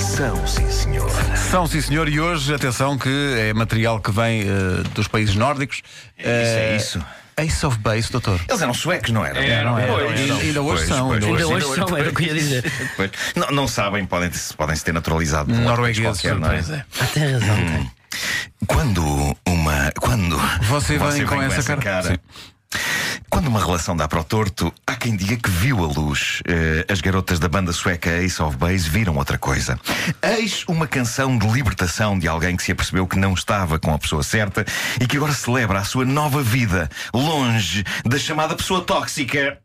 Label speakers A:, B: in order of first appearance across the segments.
A: São, sim, senhor.
B: São, sim, senhor, e hoje, atenção, que é material que vem eh, dos países nórdicos. Eh,
A: Isso é isso.
B: Ace of Base, doutor.
A: Eles eram suecos, não eram?
C: Eram, pois.
B: Ainda- ainda hoje
A: Pois,
B: são.
A: pois,
B: ainda
A: pois.
B: hoje
C: Ainda hoje são, era o que eu ia dizer.
A: é? Pois. Não, não sabem, podem, podem se ter naturalizado. de um
B: são.
A: outro país
B: Noruegueses,
A: qualquer, não é?
B: pois é.
C: Ah, tem razão, tem.
A: Quando uma. Quando.
B: Você vem com essa cara. Sim.
A: Quando uma relação dá para o torto, há quem diga que viu a luz. Eh, as garotas da banda sueca Ace of Base viram outra coisa. Eis uma canção de libertação de alguém que se apercebeu que não estava com a pessoa certa e que agora celebra a sua nova vida, longe da chamada pessoa tóxica.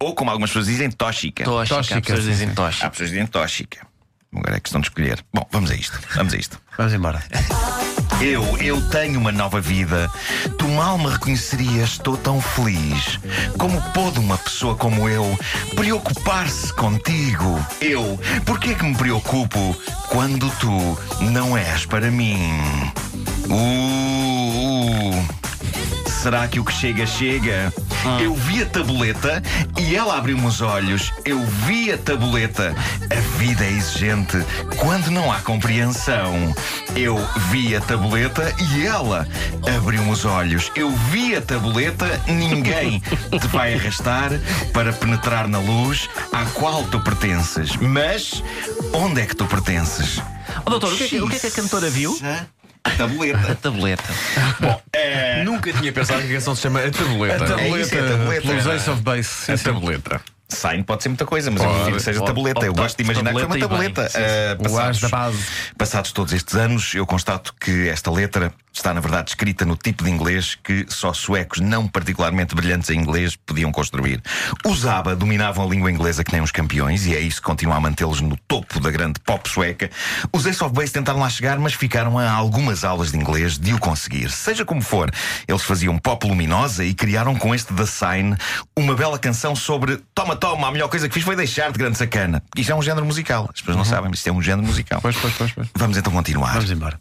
A: Ou, como algumas pessoas dizem, tóxica.
C: Tóxica,
B: Tóxica,
C: as pessoas
B: sim,
C: dizem
B: sim.
A: Há
C: tóxica.
A: pessoas que dizem tóxica. Agora é questão de escolher. Bom, vamos a isto. Vamos a isto.
B: Vamos embora.
A: Eu, eu tenho uma nova vida. Tu mal me reconhecerias, estou tão feliz. Como pôde uma pessoa como eu preocupar-se contigo? Eu, porquê que me preocupo quando tu não és para mim? Uh, uh. Será que o que chega, chega?
C: Ah.
A: Eu vi a tabuleta e ela abriu-me os olhos. Eu vi a tabuleta. A vida é exigente quando não há compreensão. Eu vi a tabuleta e ela abriu-me os olhos. Eu vi a tabuleta, ninguém te vai arrastar para penetrar na luz à qual tu pertences. Mas onde é que tu pertences?
C: Ó, doutor, o que, é que, o que é que a cantora viu?
A: A tabuleta.
C: A tableta.
D: Nunca tinha pensado que a canção se chama A Tabuleta.
A: A Tabuleta. É isso, é a tableta.
B: Pelos Ace of Base. sim,
D: A
B: sim.
D: Tabuleta.
A: Sign pode ser muita coisa, mas eu
D: Pode.
A: prefiro que seja
D: Pode.
A: tabuleta. Eu
C: Optar
A: gosto de imaginar que foi uma
C: tabuleta e
A: tabuleta.
C: bem. Sim, sim.
A: Ah,
B: O as
A: passados-
B: da base.
A: Passados todos estes anos, eu constato que esta letra está, na verdade, escrita no tipo de inglês que só suecos não particularmente brilhantes em inglês podiam construir. Os ABBA dominavam a língua inglesa que nem os campeões, e é isso que continua a mantê-los no topo da grande pop sueca. Os Ace of Base tentaram lá chegar, mas ficaram a algumas aulas de inglês de o conseguir. Seja como for, eles faziam pop luminosa e criaram com este The Sign uma bela canção sobre Toma, toma, a melhor coisa que fiz foi deixar de grande sacana. Isto é um género musical. As pessoas não sabem, mas isto é um género musical.
B: Pois, pois, pois, pois.
A: Vamos então continuar.
B: Vamos embora.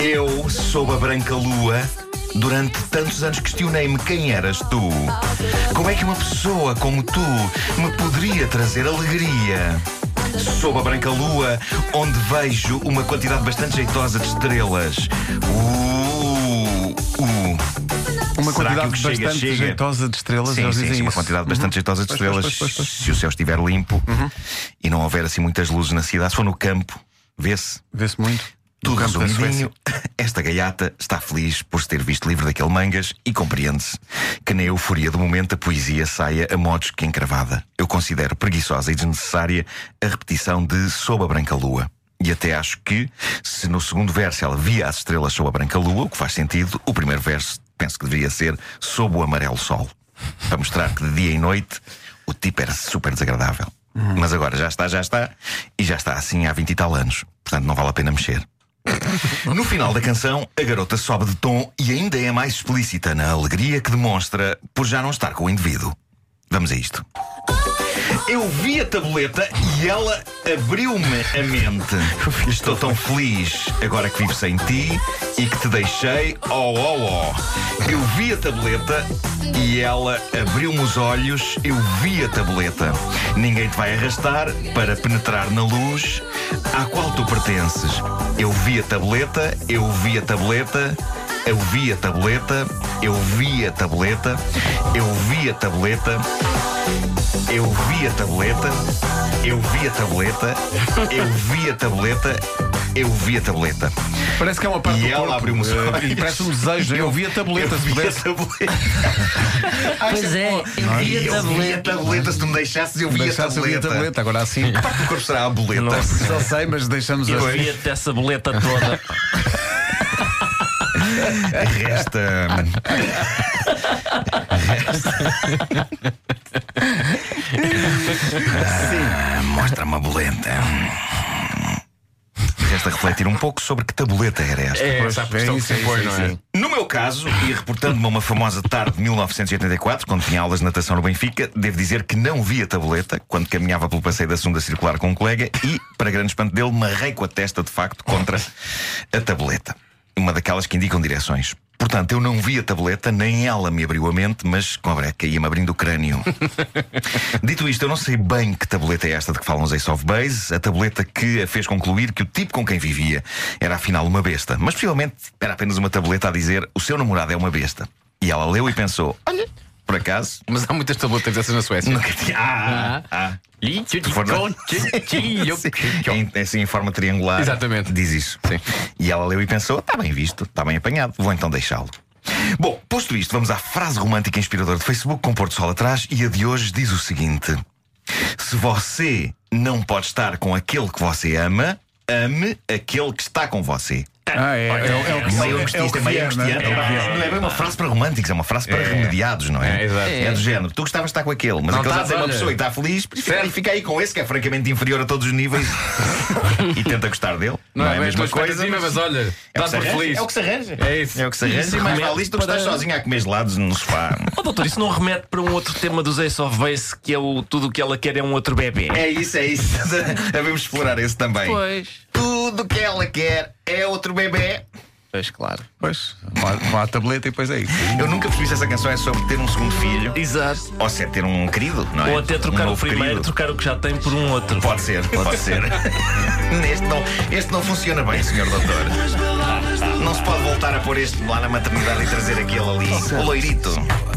A: Eu, sob a branca lua, durante tantos anos questionei-me quem eras tu. Como é que uma pessoa como tu me poderia trazer alegria? Sob a branca lua, onde vejo uma quantidade bastante jeitosa de estrelas. Uh, uh.
B: Uma
A: Será que o
B: quantidade
A: que chega,
B: bastante
A: chega?
B: jeitosa de estrelas.
A: Sim,
B: eles
A: sim,
B: dizem
A: sim, uma
B: isso. Uhum.
A: quantidade bastante jeitosa de
B: Pois, pois,
A: estrelas.
B: pois, pois, Uhum.
A: Se o céu estiver limpo e não houver assim muitas luzes na cidade, se for no campo, vê-se.
B: Vê-se muito.
A: Tudo
B: No campo da
A: resumidinho, esta gaiata está feliz por se ter visto livre daquele mangas e compreende-se que na euforia do momento a poesia saia a modos que encravada. Eu considero preguiçosa e desnecessária a repetição de Sob a Branca Lua. E até acho que, se no segundo verso ela via as estrelas sob a branca lua, o que faz sentido, o primeiro verso penso que deveria ser Sob o Amarelo Sol. Para mostrar que de dia e noite o tipo era super desagradável. Mas agora já está, já está, e já está assim há 20 e tal anos. Portanto, não vale a pena mexer. No final da canção, a garota sobe de tom e ainda é mais explícita na alegria que demonstra por já não estar com o indivíduo. Vamos a isto. Eu vi a tabuleta e ela abriu-me a mente. Estou tão feliz agora que vivo sem ti e que te deixei. Oh, oh, oh. Eu vi a tabuleta e ela abriu-me os olhos. Eu vi a tabuleta. Ninguém te vai arrastar para penetrar na luz à qual tu pertences. Eu vi a tabuleta, eu vi a tabuleta. Eu vi a tabuleta, eu vi a tabuleta, eu vi a tabuleta, eu vi a tabuleta, eu vi a tabuleta, eu vi a tabuleta, eu vi a tabuleta.
B: Parece que é uma parte
A: E
B: do
A: ela
B: corpo,
A: abriu-me os
B: eh,
A: olhos.
B: E parece um desejo. Eu vi a tableta,
A: eu
B: se
A: vi a
B: pudesse.
A: tabuleta.
C: Pois é, eu
A: E
C: vi a
A: Eu vi a
C: tableta.
A: tabuleta, se tu me deixasses, eu vi a
B: Deixasse eu vi a
A: tabuleta.
B: tableta, agora assim.
A: A parte do corpo será a boleta.
B: Não só sei, Tá, mas deixamos
C: Eu
B: assim.
C: vi até essa boleta toda.
A: Resta. Resta. Mostra uma Ah, boleta. Resta refletir um pouco sobre que tabuleta era esta.
D: É,
B: Pois,
D: essa a
B: é
D: questão que
B: isso,
D: se
B: é
D: põe,
B: isso,
D: não
B: é
D: é?
B: isso.
A: No meu caso, e reportando-me a uma famosa tarde de 1984, quando tinha aulas de natação no Benfica, devo dizer que não vi a tabuleta quando caminhava pelo passeio da Sunda Circular com um colega e, para grande espanto dele, marrei com a testa de facto contra a tabuleta. Uma daquelas que indicam direções. Portanto, eu não vi a tableta, nem ela me abriu a mente, mas com a breca ia-me abrindo o crânio. Dito isto, eu não sei bem que tableta é esta de que falam os Ace of Base, a tableta que a fez concluir que o tipo com quem vivia era afinal uma besta, mas possivelmente era apenas uma tableta a dizer o seu namorado é uma besta. E ela leu e pensou: olha, por acaso,
D: Mas há muitas tabletas dessas na Suécia.
A: nunca tinha. Ah, ah, em, assim, em forma triangular.
D: Exatamente.
A: Diz isso.
D: Sim.
A: E ela leu e pensou: está bem visto, está bem apanhado, vou então deixá-lo. Bom, posto isto, vamos à frase romântica inspiradora de Facebook com Porto Sol atrás e a de hoje diz o seguinte: Se você não pode estar com aquele que você ama, ame aquele que está com você.
B: Ah, é, é, é, é o que
A: um Meio
B: é o
A: angustiante,
B: que
A: meio
B: vier, não é?
A: angustiante. Não é bem uma frase para românticos, é uma frase para remediados, não é?
D: É, exato.
A: É do género. Tu gostavas de estar com aquele, mas aquele já
D: estás,
A: tem uma
D: olha.
A: pessoa e está feliz, e fica, e fica aí com esse que é francamente inferior a todos os níveis e tenta gostar dele. Não, é a
D: bem
A: mesma
D: tua
A: coisa.
D: expectativa, mas olha,
A: é o que
D: estás
A: se
D: por
A: arranja,
D: feliz.
A: É o que se arranja.
D: É isso.
A: É o que se arranja. E mais
C: remete
A: vale isto do que
C: para-
A: estás sozinho a comer gelados no sofá.
C: Oh, doutor, isso não remete para um outro tema dos Ace of Base que é o tudo o que ela quer é um outro bebê.
A: É isso, é isso. Devemos explorar esse também.
C: Pois.
A: Tudo que ela quer é outro bebê.
C: Pois, claro.
B: Pois, não há- não há tableta e depois é isso.
A: Eu nunca percebi se essa canção é sobre ter um segundo filho
C: Exato.
A: ou se é ter um querido, não é?
C: Ou até trocar o
A: Um novo
C: primeiro,
A: querido.
C: trocar o que já tem por um outro.
A: Pode ser, pode ser. este, não, este não funciona bem, senhor doutor. Não se pode voltar a pôr este lá na maternidade e trazer aquele ali. O loirito.